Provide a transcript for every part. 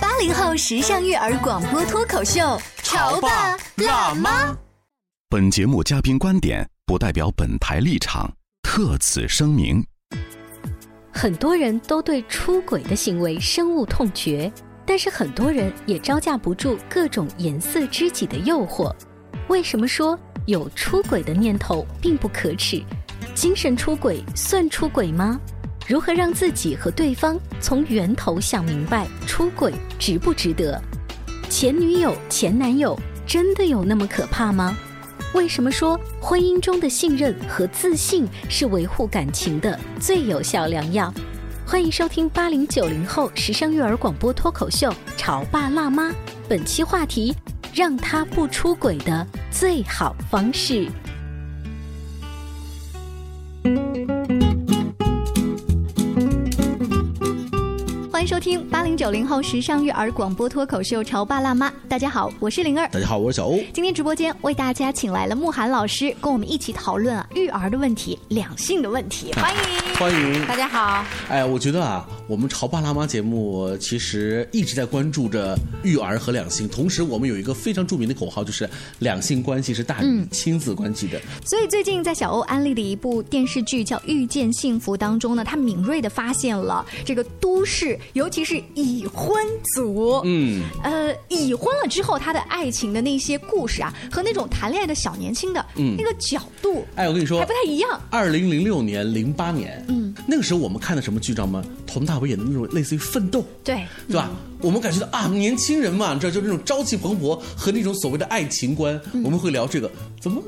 八零后时尚育儿广播脱口秀，潮爸辣妈。妈。本节目嘉宾观点不代表本台立场，特此声明。很多人都对出轨的行为深恶痛绝，但是很多人也招架不住各种颜色知己的诱惑。为什么说有出轨的念头并不可耻？精神出轨算出轨吗？如何让自己和对方从源头想明白出轨值不值得？前女友、前男友真的有那么可怕吗？为什么说婚姻中的信任和自信是维护感情的最有效良药？欢迎收听八零九零后时尚育儿广播脱口秀《潮爸辣妈》，本期话题：让他不出轨的最好方式。欢迎收听八零九零后时尚育儿广播脱口秀《潮爸辣妈》。大家好，我是灵儿。大家好，我是小欧。今天直播间为大家请来了慕寒老师，跟我们一起讨论啊育儿的问题、两性的问题。欢迎。欢迎大家好。哎，我觉得啊，我们《潮爸辣妈》节目其实一直在关注着育儿和两性，同时我们有一个非常著名的口号，就是两性关系是大嗯于亲子关系的。所以最近在小欧安利的一部电视剧叫《遇见幸福》当中呢，他敏锐的发现了这个都市，尤其是已婚族，嗯，呃，已婚了之后他的爱情的那些故事啊，和那种谈恋爱的小年轻的那个角度哎，我跟你嗯说还不，太一样。二零零六年、零八年，嗯，那个时候我们看的什么剧，知道吗？佟大为演的那种类似于《奋斗》，对，对吧？我们感觉到啊，年轻人嘛，你知道，就那种朝气蓬勃和那种所谓的爱情观，嗯我们会聊这个，怎么？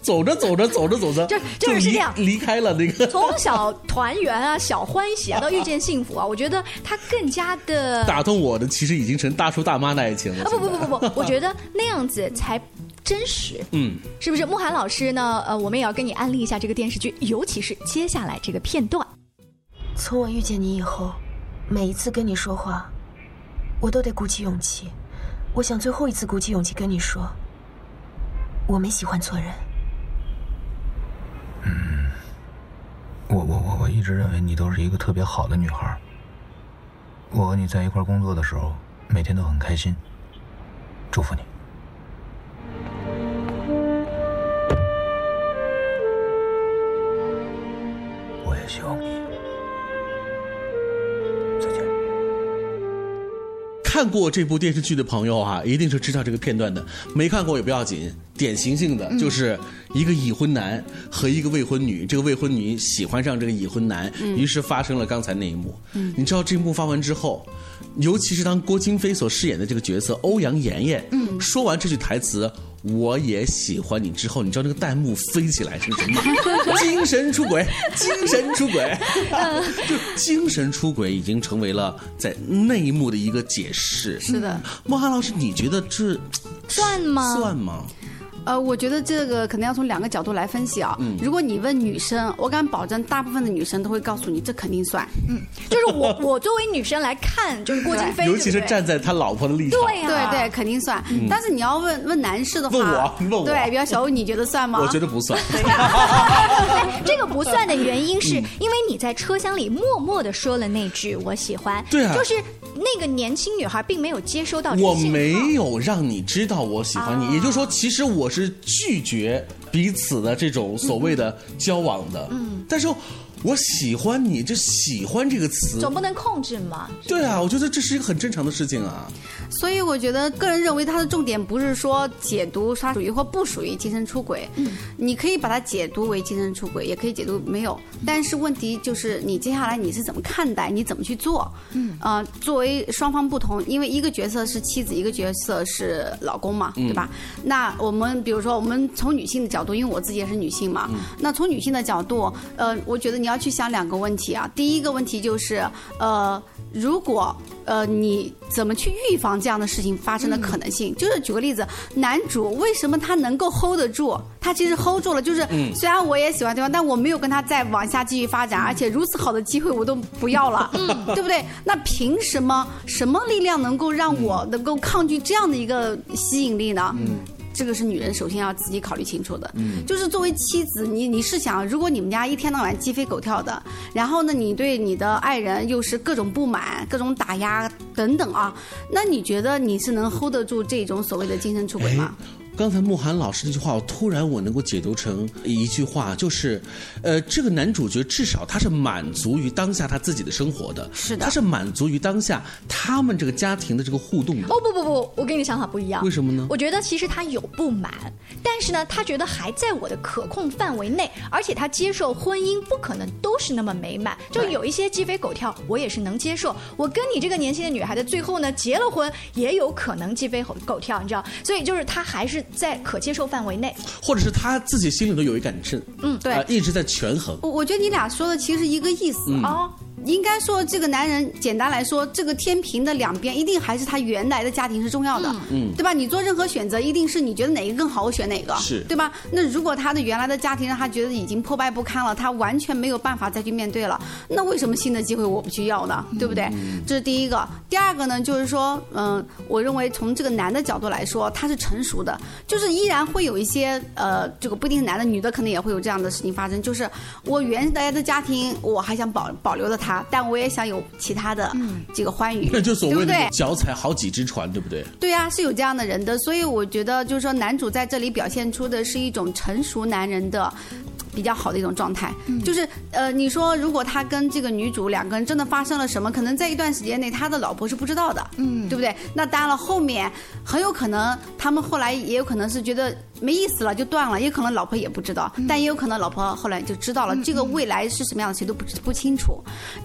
走着走着走着走着，就就是离这样离开了那个从小团圆啊，小欢喜啊，到遇见幸福啊，我觉得他更加的打动我的，其实已经成大叔大妈的爱情了。啊不不不不不，我觉得那样子才真实，嗯，是不是？慕寒老师呢？呃，我们也要跟你安利一下这个电视剧，尤其是接下来这个片段。从我遇见你以后，每一次跟你说话，我都得鼓起勇气。我想最后一次鼓起勇气跟你说，我没喜欢错人。我我我我一直认为你都是一个特别好的女孩儿。我和你在一块儿工作的时候，每天都很开心。祝福你。我也希望你。再见。看过这部电视剧的朋友啊，一定是知道这个片段的。没看过也不要紧，典型性的就是一个已婚男和一个未婚女，这个未婚女喜欢上这个已婚男，于是发生了刚才那一幕。你知道这一幕发完之后，尤其是当郭京飞所饰演的这个角色欧阳妍妍，说完这句台词。我也喜欢你。之后，你知道那个弹幕飞起来是什么 吗？精神出轨，精神出轨， 就精神出轨已经成为了在那一幕的一个解释。是的，莫涵老师，你觉得这算吗算吗？呃，我觉得这个可能要从两个角度来分析啊。嗯如果你问女生，我敢保证，大部分的女生都会告诉你，这肯定算。就是 我，我作为女生来看，就是郭京飞，尤其对是不对站在他老婆的立场，对呀、对对，肯定算。嗯但是你要问问男士的话，问我问我对，比如小欧，你觉得算吗？我觉得不算。哎 这个不算的原因 是嗯因为你在车厢里默默的说了那句“我喜欢”，对啊就是那个年轻女孩并没有接收到这我个信号没有让你知道我喜欢啊你，也就是说，其实我是拒绝彼此的这种所谓的交往的。嗯，但是我喜欢你，这“喜欢”这个词，总不能控制嘛。对啊，我觉得这是一个很正常的事情啊。所以我觉得，个人认为它的重点不是说解读它属于或不属于精神出轨，嗯，你可以把它解读为精神出轨，也可以解读没有。但是问题就是你接下来你是怎么看待，你怎么去做？嗯，呃，作为双方不同，因为一个角色是妻子，一个角色是老公嘛，对吧？那我们比如说，我们从女性的角度，因为我自己也是女性嘛，那从女性的角度，呃，我觉得你要去想两个问题啊。第一个问题就是，呃，如果呃，你怎么去预防这样的事情发生的可能性？就是举个例子，男主为什么他能够 hold 得住？他其实 hold 住了，就是、嗯虽然我也喜欢对方，但我没有跟他再往下继续发展，而且如此好的机会我都不要了， 对不对？那凭什么什么力量能够让我能够抗拒这样的一个吸引力呢？这个是女人首先要自己考虑清楚的。嗯就是作为妻子，你你是想，如果你们家一天到晚鸡飞狗跳的，然后呢，你对你的爱人又是各种不满、各种打压等等啊，那你觉得你是能 hold 得住这种所谓的精神出轨吗？哎刚才慕寒老师那句话，我突然我能够解读成一句话，就是，呃，这个男主角至少他是满足于当下他自己的生活的，是的他是满足于当下他们这个家庭的这个互动的。哦不不不，我跟你的想法不一样。为什么呢我觉得其实他有不满，但是呢，他觉得还在我的可控范围内，而且他接受婚姻不可能都是那么美满，就有一些鸡飞狗跳，我也是能接受。我跟你这个年轻的女孩子，最后呢结了婚，也有可能鸡飞狗狗跳，你知道？所以就是他还是在可接受范围内。或者是他自己心里头有一杆秤，嗯对呃一直在权衡。我我觉得你俩说的其实是一个意思嗯啊。应该说，这个男人简单来说，这个天平的两边一定还是他原来的家庭是重要的，嗯嗯对吧？你做任何选择，一定是你觉得哪个更好，我选哪个，是对吧？那如果他的原来的家庭让他觉得已经破败不堪了，他完全没有办法再去面对了，那为什么新的机会我不去要呢？对不对？这是第一个。第二个呢，就是说，嗯、我认为从这个男的角度来说，他是成熟的，就是依然会有一些呃，这个不一定是男的，女的可能也会有这样的事情发生。就是我原来的家庭，我还想保保留着他，但我也想有其他的这个欢愉，嗯那就所谓对不的对？脚踩好几只船，对不对？对啊，是有这样的人的，所以我觉得就是说，男主在这里表现出的是一种成熟男人的。比较好的一种状态，就是呃，你说如果他跟这个女主两个人真的发生了什么，可能在一段时间内他的老婆是不知道的，嗯，对不对？那当然了，后面很有可能他们后来也有可能是觉得没意思了就断了，也可能老婆也不知道，但也有可能老婆后来就知道了，这个未来是什么样的谁都不知不清楚，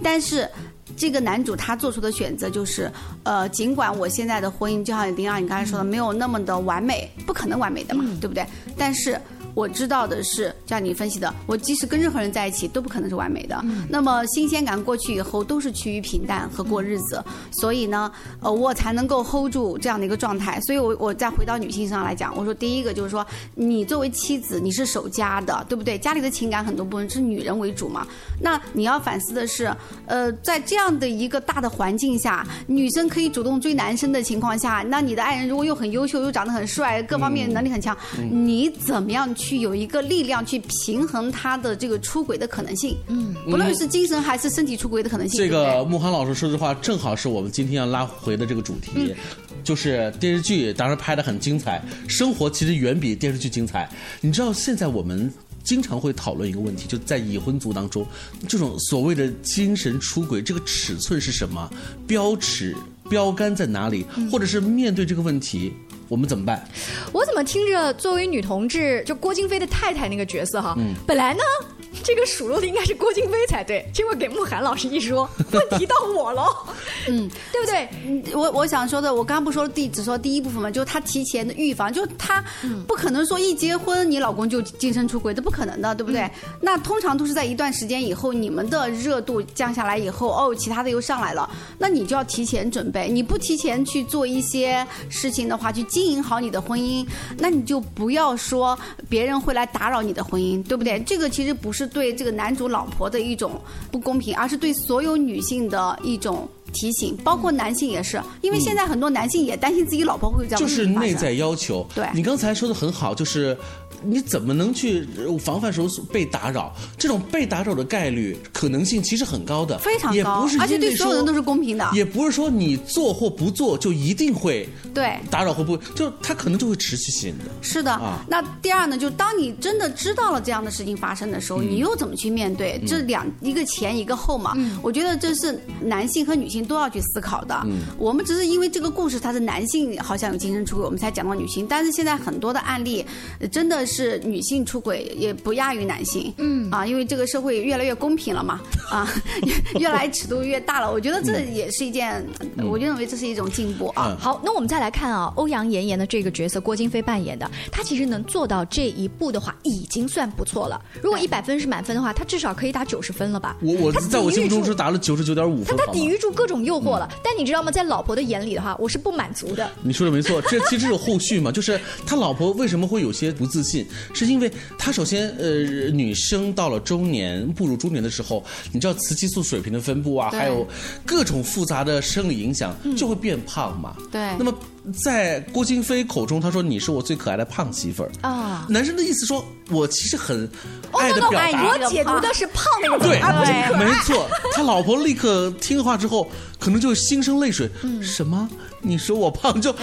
但是这个男主他做出的选择就是，呃，尽管我现在的婚姻就像林二你刚才说的，没有那么的完美，不可能完美的嘛，对不对？但是我知道的是，就像你分析的，我即使跟任何人在一起，都不可能是完美的。那么新鲜感过去以后，都是趋于平淡和过日子，所以呢，呃，我才能够 hold 住这样的一个状态。所以我我再回到女性上来讲，我说第一个就是说，你作为妻子，你是守家的，对不对？家里的情感很多部分是女人为主嘛，那你要反思的是，呃，在这样的一个大的环境下，女生可以主动追男生的情况下，那你的爱人如果又很优秀，又长得很帅，各方面能力很强，嗯你怎么样去有一个力量去平衡他的这个出轨的可能性？嗯，不论是精神还是身体出轨的可能性，这对不对个慕寒老师说这话，正好是我们今天要拉回的这个主题，嗯就是电视剧当然拍的很精彩，生活其实远比电视剧精彩。你知道现在我们。经常会讨论一个问题，就在已婚族当中，这种所谓的精神出轨，这个尺寸是什么？标尺、标杆在哪里？嗯或者是面对这个问题，我们怎么办？我怎么听着作为女同志，就郭京飞的太太那个角色哈，嗯本来呢。这个数落的应该是郭京飞才对，结果给慕寒老师一说，问题到我喽，嗯，对不对？我我想说的，我刚刚不说第只说第一部分嘛，就是他提前的预防，就是他不可能说一结婚你老公就精神出轨，这不可能的，对不对？那通常都是在一段时间以后，你们的热度降下来以后，哦，其他的又上来了，那你就要提前准备。你不提前去做一些事情的话，去经营好你的婚姻，那你就不要说别人会来打扰你的婚姻，对不对？这个其实不是对这个男主老婆的一种不公平，而是对所有女性的一种。提醒，包括男性也是，因为现在很多男性也担心自己老婆会有这样的嗯就是问题发内生在要求。对你刚才说的很好，就是你怎么能去防范手被打扰？这种被打扰的概率可能性其实很高的，非常也高不是，而且因为对所有说人都是公平的。也不是说你做或不做就一定会对，打扰或不，就它可能就会持续性的。是的。啊那第二呢，就当你真的知道了这样的事情发生的时候，嗯你又怎么去面对？嗯这两一个前一个后嘛，我觉得这是男性和女性都要去思考的。嗯我们只是因为这个故事它是男性好像有精神出轨，我们才讲到女性，但是现在很多的案例呃真的是女性出轨也不亚于男性。嗯啊，因为这个社会越来越公平了嘛，啊， 越越来尺度越大了。我觉得这也是一件，嗯我就认为这是一种进步啊。好，那我们再来看啊，欧阳妍妍的这个角色，郭京飞扮演的，她其实能做到这一步的话，已经算不错了。如果一百分是满分的话，她至少可以打九十分了吧？我我她在我抵心御目中住是达了九十九点五她分。她好吗抵御住各种诱惑了，但你知道吗？在老婆的眼里的话，我是不满足的。你说的没错，这其实有后续嘛，就是他老婆为什么会有些不自信，是因为他首先呃，女生到了中年步入中年的时候，你知道雌激素水平的分布啊，对还有各种复杂的生理影响，就会变胖嘛。对那么在郭京飞口中，他说你是我最可爱的胖媳妇儿。啊，男生的意思说，我其实很哦爱的表达，我解读的是胖那个字，对，而啊不是可没爱。错。他老婆立刻听话之后，可能就心生泪水。嗯什么？你说我胖就？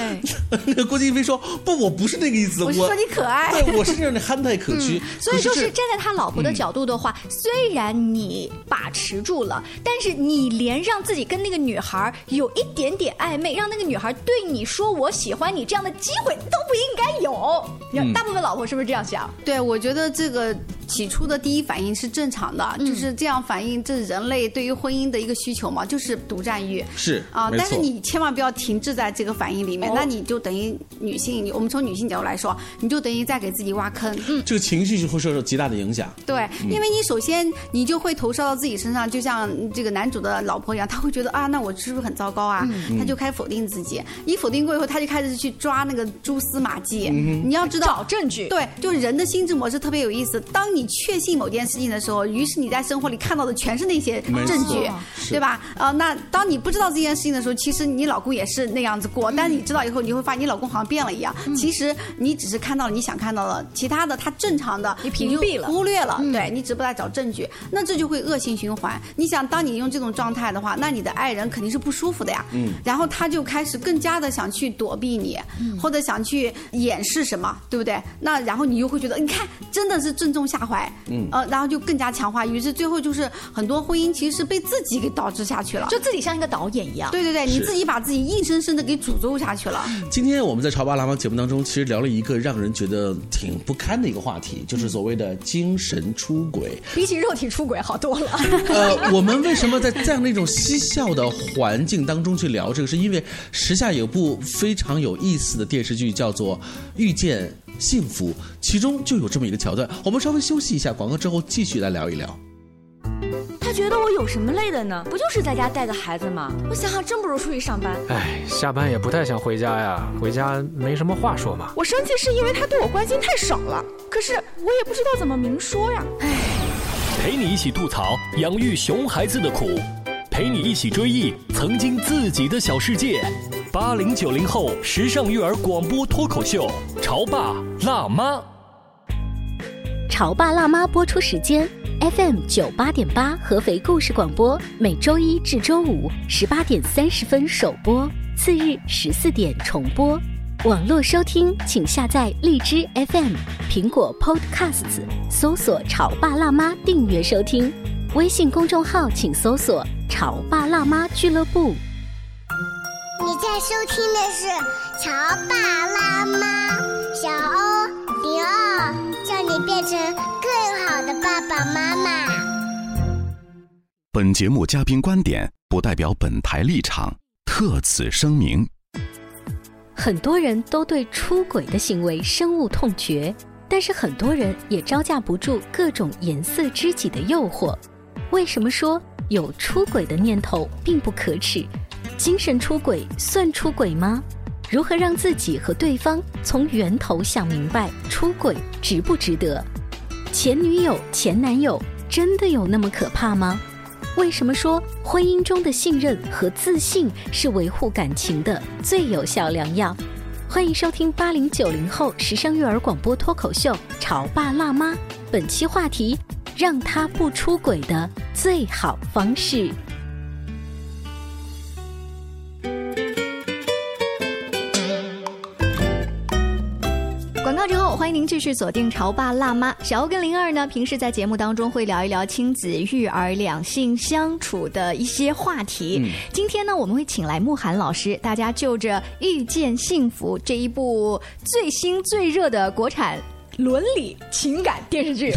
那 个郭京飞说不，我不是那个意思，我是说你可爱嗯对，我是让你憨态可掬。所以可就是是站在他老婆的嗯角度的话，虽然你把持住了，但是你连让自己跟那个女孩儿有一点点暧昧，让那个女孩儿对你说我喜欢你这样的机会都不应该有。你看嗯大部分老婆是不是这样想？对，我觉得这个起初的第一反应是正常的，嗯就是这样反应，这是人类对于婚姻的一个需求嘛，就是独占欲。是哦啊，没但是错哦你千万不要停滞在这个反应里面，那你就等于女性，我们从女性角度来说，你就等于在给自己挖坑。嗯，这个情绪就会受到极大的影响。对，嗯因为你首先你就会投射到自己身上，就像这个男主的老婆一样，他会觉得啊，那我是不是很糟糕啊？嗯他就开始否定自己，一否定过以后，他就开始去抓那个蛛丝马迹。嗯哼你要知道找证据，对，就是人的心智模式特别有意思。当你确信某件事情的时候，于是你在生活里看到的全是那些没证错据，是对吧？啊、那当你不知道这件事情的时候，其实你老公也是那样子过，但是你知道以后，你会发现你老公好像变了一样。嗯其实你只是看到了你想看到的，其他的他正常的你屏就蔽了忽略了，嗯对你只不过在找证据，那这就会恶性循环。你想，当你用这种状态的话，那你的爱人肯定是不舒服的呀。嗯然后他就开始更加的想去躲避你，嗯或者想去掩饰什么，对不对？那然后你又会觉得，你看，真的是正中下怀，嗯呃，然后就更加强化，于是最后就是很多婚姻其实是被自己给导致下去了，就自己像一个导演一样。对对对，你是嗯自己把自己硬生生的给诅咒下去了。今天我们在《潮爸辣妈》节目当中，其实聊了一个让人觉得挺不堪的一个话题，就是所谓的精神出轨。比起肉体出轨好多了。 呃，我们为什么在这样的一种嬉笑的环境当中去聊这个？是因为时下有部非常有意思的电视剧叫做《遇见幸福》，其中就有这么一个桥段。我们稍微休息一下广告之后，继续来聊一 聊。 他觉得我有什么累的呢？不就是在家带个孩子吗？我想想，真不如出去上班。哎，下班也不太想回家呀，回家没什么话说嘛。我生气是因为他对我关心太少了，可是我也不知道怎么明说呀。哎，陪你一起吐槽养育熊孩子的苦，陪你一起追忆曾经自己的小世界。八零九零后时尚育儿广播脱口秀，《潮爸辣妈》。 《潮爸辣妈》播出时间：FM 九八点八合肥故事广播，每周一至周五十八点三十分首播，次日十四点重播。网络收听，请下载荔枝 FM、苹果 Podcasts，搜索“潮爸辣妈”订阅收听。微信公众号请搜索“潮爸辣妈俱乐部你在收听的是《潮爸辣妈》，小欧零二，叫你变成更好的爸爸妈妈。本节目嘉宾观点不代表本台立场，特此声明。”。很多人都对出轨的行为深恶痛绝，但是很多人也招架不住各种颜色知己的诱惑。为什么说有出轨的念头并不可耻？精神出轨算出轨吗？如何让自己和对方从源头想明白出轨值不值得？前女友、前男友真的有那么可怕吗？为什么说婚姻中的信任和自信是维护感情的最有效良药？欢迎收听八零九零后时尚育儿广播脱口秀《潮爸辣妈》，本期话题：让他不出轨的最好方式。广告之后，欢迎您继续锁定《潮爸辣妈》。小欧跟灵儿呢，平时在节目当中会聊一聊亲子育儿、两性相处的一些话题。嗯今天呢，我们会请来慕寒老师，大家就着《遇见幸福》这一部最新最热的国产伦理情感电视剧。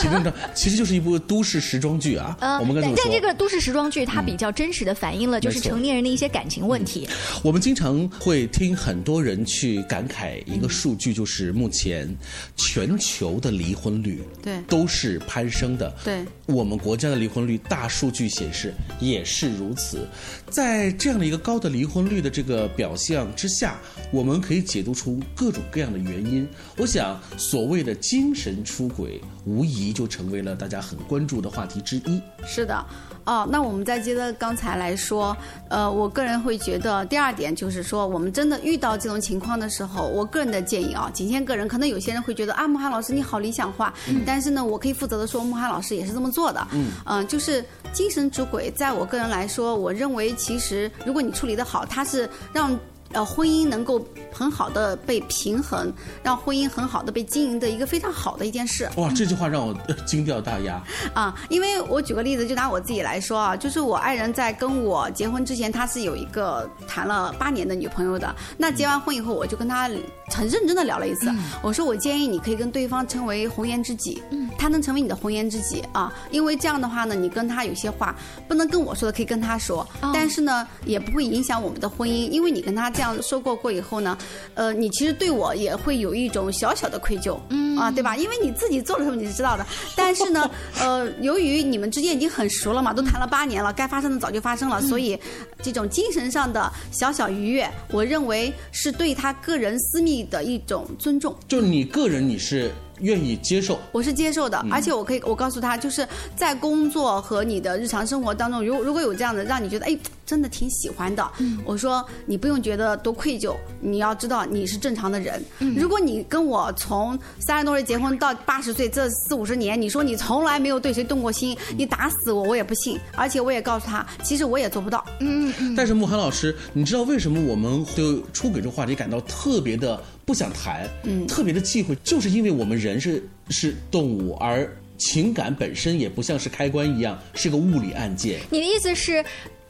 其实呢其实就是一部都市时装剧啊，呃我们该怎但么但说？嗯这个都市时装剧它比较真实的反映了就是没错嗯成年人的一些感情问题。我们经常会听很多人去感慨一个数据，就是目前全球的离婚率对都是攀升的。对，我们国家的离婚率，大数据显示也是如此。在这样的一个高的离婚率的这个表象之下，我们可以解读出各种各样的原因。我想，所谓的精神出轨，无疑就成为了大家很关注的话题之一。是的，哦，那我们再接着刚才来说，呃，我个人会觉得第二点就是说，我们真的遇到这种情况的时候，我个人的建议啊，仅限个人，可能有些人会觉得啊，慕寒老师你好理想化，嗯但是呢，我可以负责的说，慕寒老师也是这么做的，嗯嗯、就是精神出轨，在我个人来说，我认为其实如果你处理的好，它是让。呃，婚姻能够很好的被平衡，让婚姻很好的被经营的一个非常好的一件事。哇，这句话让我呃惊掉大牙。啊，因为我举个例子，就拿我自己来说啊，就是我爱人在跟我结婚之前，他是有一个谈了八年的女朋友的。那结完婚以后，我就跟他很认真的聊了一次，我说我建议你可以跟对方成为红颜知己，他能成为你的红颜知己啊，因为这样的话呢，你跟他有些话不能跟我说的，可以跟他说，但是呢，也不会影响我们的婚姻，因为你跟他这样说过过以后呢，呃，你其实对我也会有一种小小的愧疚，嗯啊，对吧？因为你自己做了什么你是知道的， 但是呢，呃，由于你们之间已经很熟了嘛，都谈了八年了，该发生的早就发生了，所以这种精神上的小小愉悦，我认为是对他个人私密的一种尊重。就是你个人你是愿意接受，我是接受的，嗯而且我可以，我告诉他，就是在工作和你的日常生活当中，如如果有这样的让你觉得，哎，真的挺喜欢的，我说你不用觉得多愧疚，你要知道你是正常的人。如果你跟我从三十多岁结婚到八十岁这四五十年，你说你从来没有对谁动过心，你打死我我也不信，而且我也告诉他，其实我也做不到。嗯嗯但是慕寒老师，你知道为什么我们对出轨这个话题感到特别的不想谈，嗯特别的忌讳，就是因为我们人是是动物，而情感本身也不像是开关一样，是个物理按键。你的意思是，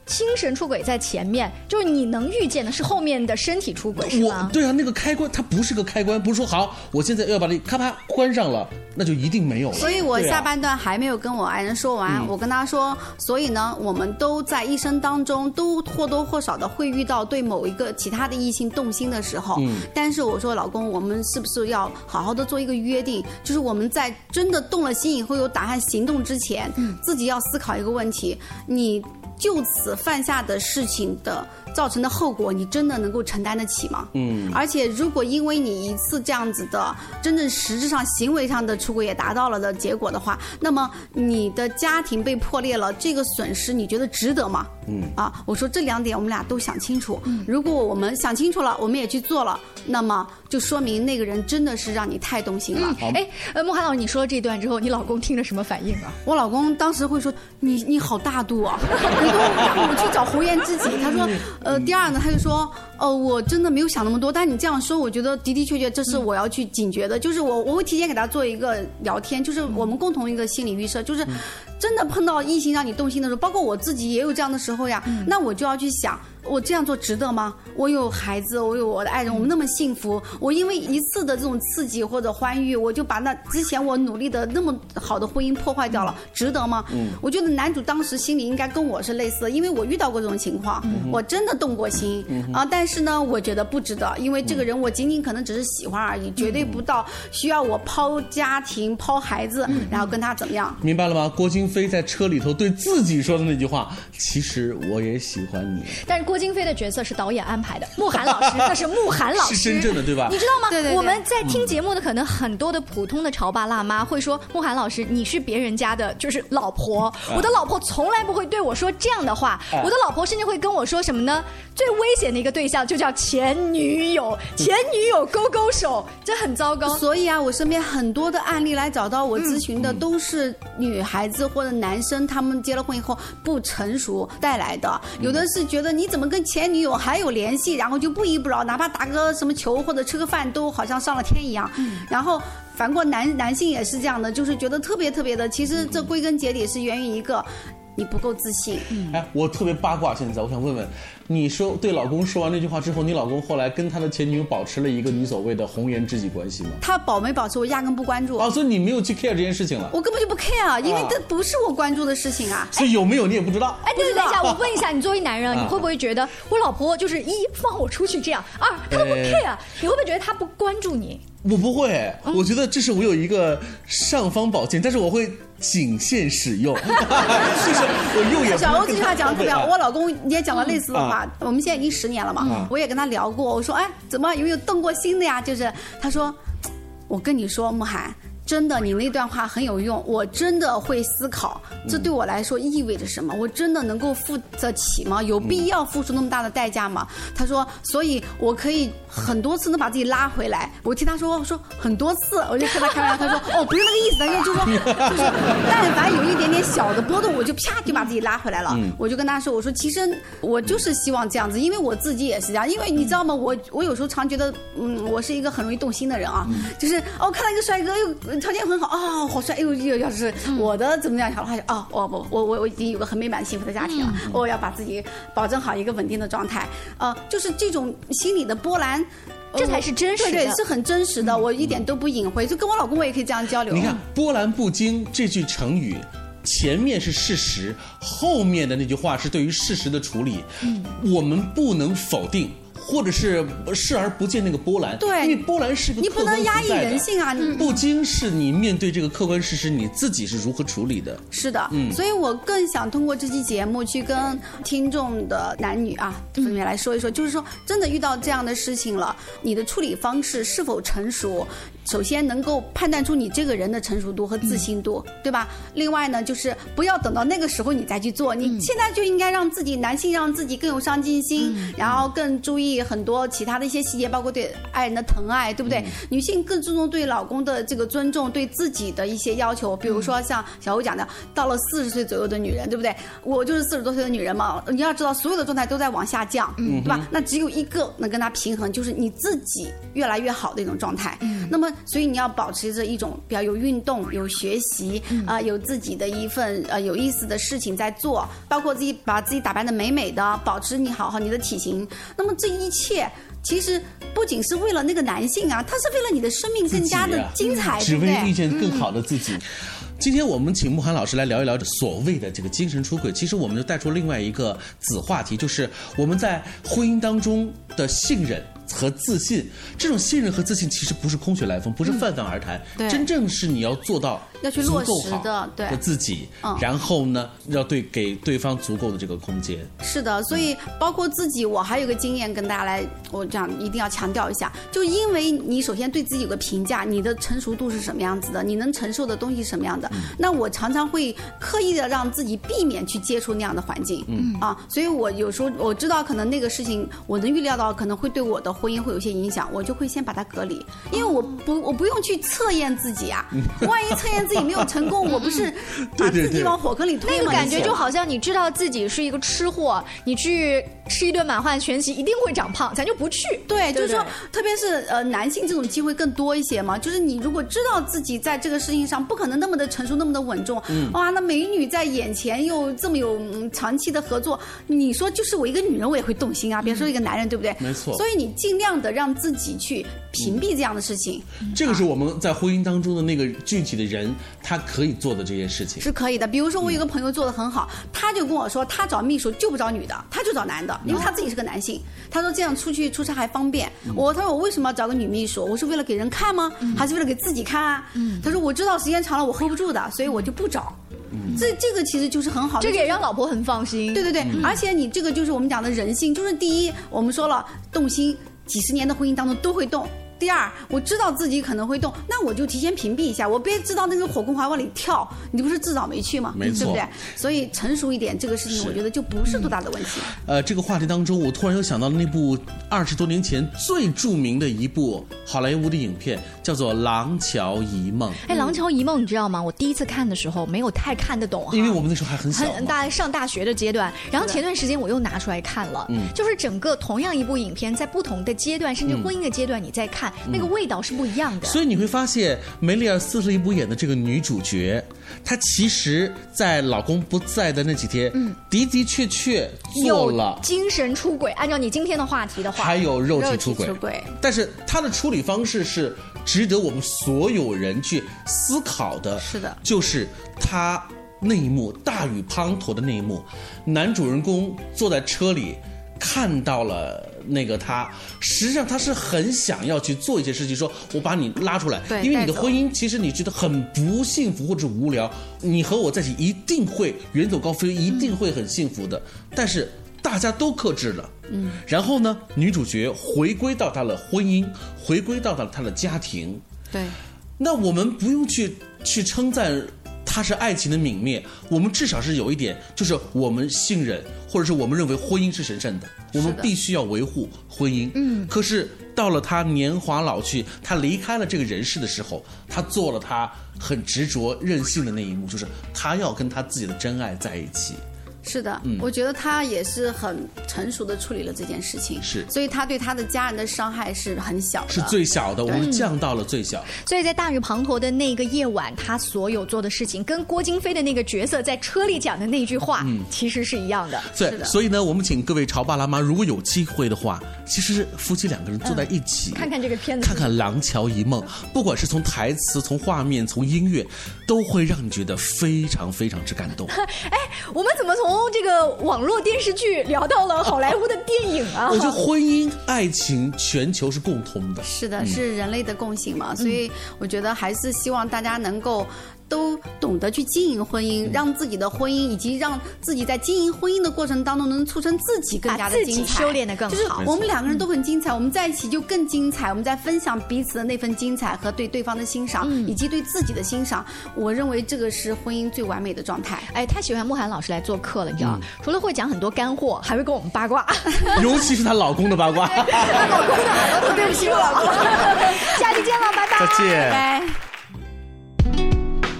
精神出轨在前面，就是你能预见的是后面的身体出轨，是我吗？对啊，那个开关它不是个开关，不是说好我现在要把这咔啪关上了，那就一定没有了。所以我对啊下半段还没有跟我爱人说完，嗯我跟他说，所以呢，我们都在一生当中都或多或少的会遇到对某一个其他的异性动心的时候，嗯但是我说老公，我们是不是要好好的做一个约定，就是我们在真的动了心以后有打算行动之前，嗯自己要思考一个问题，你。就此犯下的事情的造成的后果，你真的能够承担得起吗？嗯而且，如果因为你一次这样子的真正实质上行为上的出轨也达到了的结果的话，那么你的家庭被破裂了，这个损失你觉得值得吗？嗯啊，我说这两点我们俩都想清楚。如果我们想清楚了，我们也去做了，那么就说明那个人真的是让你太动心嗯了。哎，呃，莫涵老师，你说了这段之后，你老公听了什么反应啊？我老公当时会说：“你你好大度啊！”你都让我去找红颜知己。他说：“呃，第二呢，他就说，呃，我真的没有想那么多，但你这样说，我觉得的的确确这是我要去警觉的，就是我我会提前给他做一个聊天，就是我们共同一个心理预设，就是真的碰到异性让你动心的时候，包括我自己也有这样的时候呀，嗯那我就要去想。”我这样做值得吗？我有孩子，我有我的爱人，我们那么幸福。我因为一次的这种刺激或者欢愉，我就把那之前我努力的那么好的婚姻破坏掉了，值得吗？嗯我觉得男主当时心里应该跟我是类似的，因为我遇到过这种情况，嗯哼我真的动过心、嗯哼啊。但是呢，我觉得不值得，因为这个人我仅仅可能只是喜欢而已，绝嗯对不到需要我抛家庭、抛孩子，然后跟他怎么样。明白了吗？郭京飞在车里头对自己说的那句话：“其实我也喜欢你。”但是郭京飞的角色是导演安排的，慕寒老师那是慕寒老师， 是真正的对吧嗯你知道吗？对对对我们在听节目的可能很多的普通的潮爸辣妈会说，慕寒老师你是别人家的，就是老啊婆，嗯我的老婆从来不会对我说这样的话，嗯我的老婆甚至会跟我说什么呢？最危险的一个对象就叫前女友，前女友勾勾手，这很糟糕。所以啊，我身边很多的案例来找到我咨询的都是女孩子或者男生，他们结了婚以后不成熟带来的。有的是觉得你怎么跟前女友还有联系，然后就不依不饶，哪怕打个什么球或者吃个饭，都好像上了天一样。然后。反过男男性也是这样的，就是觉得特别特别的。其实这归根结底是源于一个，你不够自信。哎，我特别八卦，现在我想问问，你说对老公说完那句话之后，你老公后来跟他的前女友保持了一个你所谓的红颜知己关系吗？他保没保持，我压根不关注。哦，所以你没有去 care 这件事情了，我根本就不 care，因为啊这不是我关注的事情啊。所以有没有你也不知道。哎，对对，等一下，我问一下，你作为男人，啊你会不会觉得我老婆就是一放我出去这样，二她都不哎 care，你会不会觉得她不关注你？我不会，我觉得这是我有一个尚方宝剑，但是我会谨慎使 用， 就是我用也不小会啊欧这句话讲的特别好，我老公也讲了类似的话。我们现在已经十年了嘛，嗯我也跟他聊过，我说哎，怎么有没有动过心的呀？就是他说，我跟你说，慕寒。真的，你那段话很有用，我真的会思考，这对我来说意味着什么？我真的能够付得起吗？有必要付出那么大的代价吗？他说，所以我可以很多次能把自己拉回来。我听他说，我说很多次，我就跟他开玩笑，他说哦，不是那个意思，他就就说就是，但凡有一点点小的波动，我就啪就把自己拉回来了。嗯我就跟他说，我说其实我就是希望这样子，因为我自己也是这样，因为你知道吗？我我有时候常觉得，嗯，我是一个很容易动心的人啊，就是哦，看到一个帅哥，又条件很好，哦，好帅，哎呦，又要是我的怎么样，想的话就哦，我我我我我已经有个很美满幸福的家庭了，啊嗯我要把自己保证好一个稳定的状态，呃，就是这种心理的波澜。呃这才是真实的对对，是很真实的，我一点都不隐晦，就跟我老公我也可以这样交流。你看“波澜不惊”这句成语，前面是事实，后面的那句话是对于事实的处理。嗯，我们不能否定。或者是视而不见那个波澜，对因为波澜是个你不能客观压抑存在的嗯人性啊你不惊是你面对这个客观事实你自己是如何处理的。是的，嗯所以我更想通过这期节目去跟听众的男女啊分别来说一说，就是说真的遇到这样的事情了，你的处理方式是否成熟？首先能够判断出你这个人的成熟度和自信度，对吧？另外呢，就是不要等到那个时候你再去做，你现在就应该让自己男性让自己更有上进心，然后更注意很多其他的一些细节，包括对爱人的疼爱，对不对？女性更注重对老公的这个尊重，对自己的一些要求，比如嗯说像小欧讲的，到了四十岁左右的女人，对不对？我就是四十多岁的女人嘛，你要知道所有的状态都在往下降，嗯对吧哼？那只有一个能跟她平衡，就是你自己越来越好的一种状态。嗯那么，所以你要保持着一种比较有运动、有学习嗯啊、有自己的一份呃有意思的事情在做，包括自己把自己打扮的美美的，保持你好好你的体型。那么这一切。其实不仅是为了那个男性啊，他是为了你的生命更加的精嗯彩，只对不为对？遇见更好的自己。今天我们请慕寒老师来聊一聊所谓的这个精神出轨，其实我们就带出另外一个子话题，就是我们在婚姻当中的信任。和自信，这种信任和自信其实不是空穴来风，不是泛泛而谈，嗯对真正是你要做到要去足落够实好的对自己，嗯然后呢，要对给对方足够的这个空间。是的，所以包括自己，我还有一个经验跟大家来，我这样一定要强调一下，就因为你首先对自己有个评价，你的成熟度是什么样子的，你能承受的东西是什么样的。那我常常会刻意的让自己避免去接触那样的环境，嗯啊，所以我有时候我知道可能那个事情我能预料到可能会对我的婚姻会有些影响，我就会先把它隔离，因为我不我不用去测验自己啊，万一测验自己没有成功，我不是把自己往火坑里哎推吗？那个感觉你就想好像你知道自己是一个吃货，你去吃一顿满汉全席一定会长胖，咱就不去。对，就是不说，特别是呃，男性这种机会更多一些嘛。就是你如果知道自己在这个事情上不可能那么的成熟，那么的稳重，嗯哇，那美女在眼前又这么有、嗯长期的合作，你说就是我一个女人，我也会动心啊，别说一个男人，对不对？没错所以你尽量的让自己去屏蔽这样的事情，这个是我们在婚姻当中的那个具体的人，他可以做的这件事情。是可以的。比如说，我有个嗯朋友做的很好，他就跟我说，他找秘书就不找女的，他就找男的，嗯因为他自己是个男性。他说这样出去出差还方便。我他说我为什么要找个女秘书？我是为了给嗯人看吗？还是为了给自己看啊？他说我知道时间长了我 hold 不住的，所以我就不找。这这个其实就是很好嗯的，这个也让老婆很放心。对对对，嗯而且你这个就是我们讲的人性，就是第一，我们说了动心，几十年的婚姻当中都会动。第二，我知道自己可能会动，那我就提前屏蔽一下，我别知道那个火攻还往里跳，你不是自找没趣吗？没对错不对？所以成熟一点，这个事情我觉得就不是多大的问题。呃，这个话题当中，我突然又想到了那部二十多年前最著名的一部好莱坞的影片，叫做《廊桥遗梦》。哎，《廊桥遗梦》你知道吗？我第一次看的时候没有太看得懂哈，因为我们那时候还很小很嘛，大上大学的阶段，然后前段时间我又拿出来看了，嗯就是整个同样一部影片，在不同的阶段，甚至嗯婚姻的阶段，你在看、嗯那个味道是不一样的。所以你会发现梅丽尔·斯特里普演的这个女主角，她其实，在老公不在的那几天，嗯的的确确做有了。精神出轨，按照你今天的话题的话，还有肉体出轨但是她的处理方式是值得我们所有人去思考的。是的，就是她那一幕大雨滂沱的那一幕，男主人公坐在车里看到了那个她，实际上他是很想要去做一些事情，说我把你拉出来对，因为你带的走婚姻其实你觉得很不幸福或者无聊，你和我在一起一定会远走高飞，一定会很幸福的，但是大家都克制了。嗯然后呢，女主角回归到她的婚姻，回归到了她的家庭。对，那我们不用去去称赞它是爱情的泯灭，我们至少是有一点，就是我们信任，或者是我们认为婚姻是神圣的，我们必须要维护婚姻。嗯，可是到了她年华老去，她离开了这个人世的时候，她做了她很执着、任性的那一幕，就是她要跟她自己的真爱在一起。是的，嗯我觉得他也是很成熟的处理了这件事情，是所以他对他的家人的伤害是很小的，是最小的，我嗯们对降到了最小。所以在大雨滂沱的那个夜晚，他所有做的事情，跟郭京飞的那个角色在车里讲的那句话，嗯其实是一样的。对，所以呢，我们请各位潮爸辣妈，如果有机会的话，其实是夫妻两个人坐在一起，看看这个片子，嗯看看《廊桥遗梦》，不管是从台词、从画面、从音乐，都会让你觉得非常非常之感动。哎，我们怎么从这个网络电视剧聊到了好莱坞的电影啊？ 我觉得婚姻、爱情全球是共通的。是的，嗯是人类的共性嗯嘛，所以我觉得还是希望大家能够都懂得去经营嗯婚姻，让自己的婚姻以及让自己在经营婚姻的过程当中，能促成自己更加把的自己精彩，修炼得更好就是没错我们两个人都很精彩，我们在一起就更精彩，我们在分享彼此的那份精彩和对对方的欣赏，嗯以及对自己的欣赏。我认为这个是婚姻最完美的状态。哎，太喜欢慕寒老师来做客了，你知道吗？除了会讲很多干货，还会跟我们八卦。尤其是她老公的八卦。对不起，我老公。 下期见了，拜拜。再拜见拜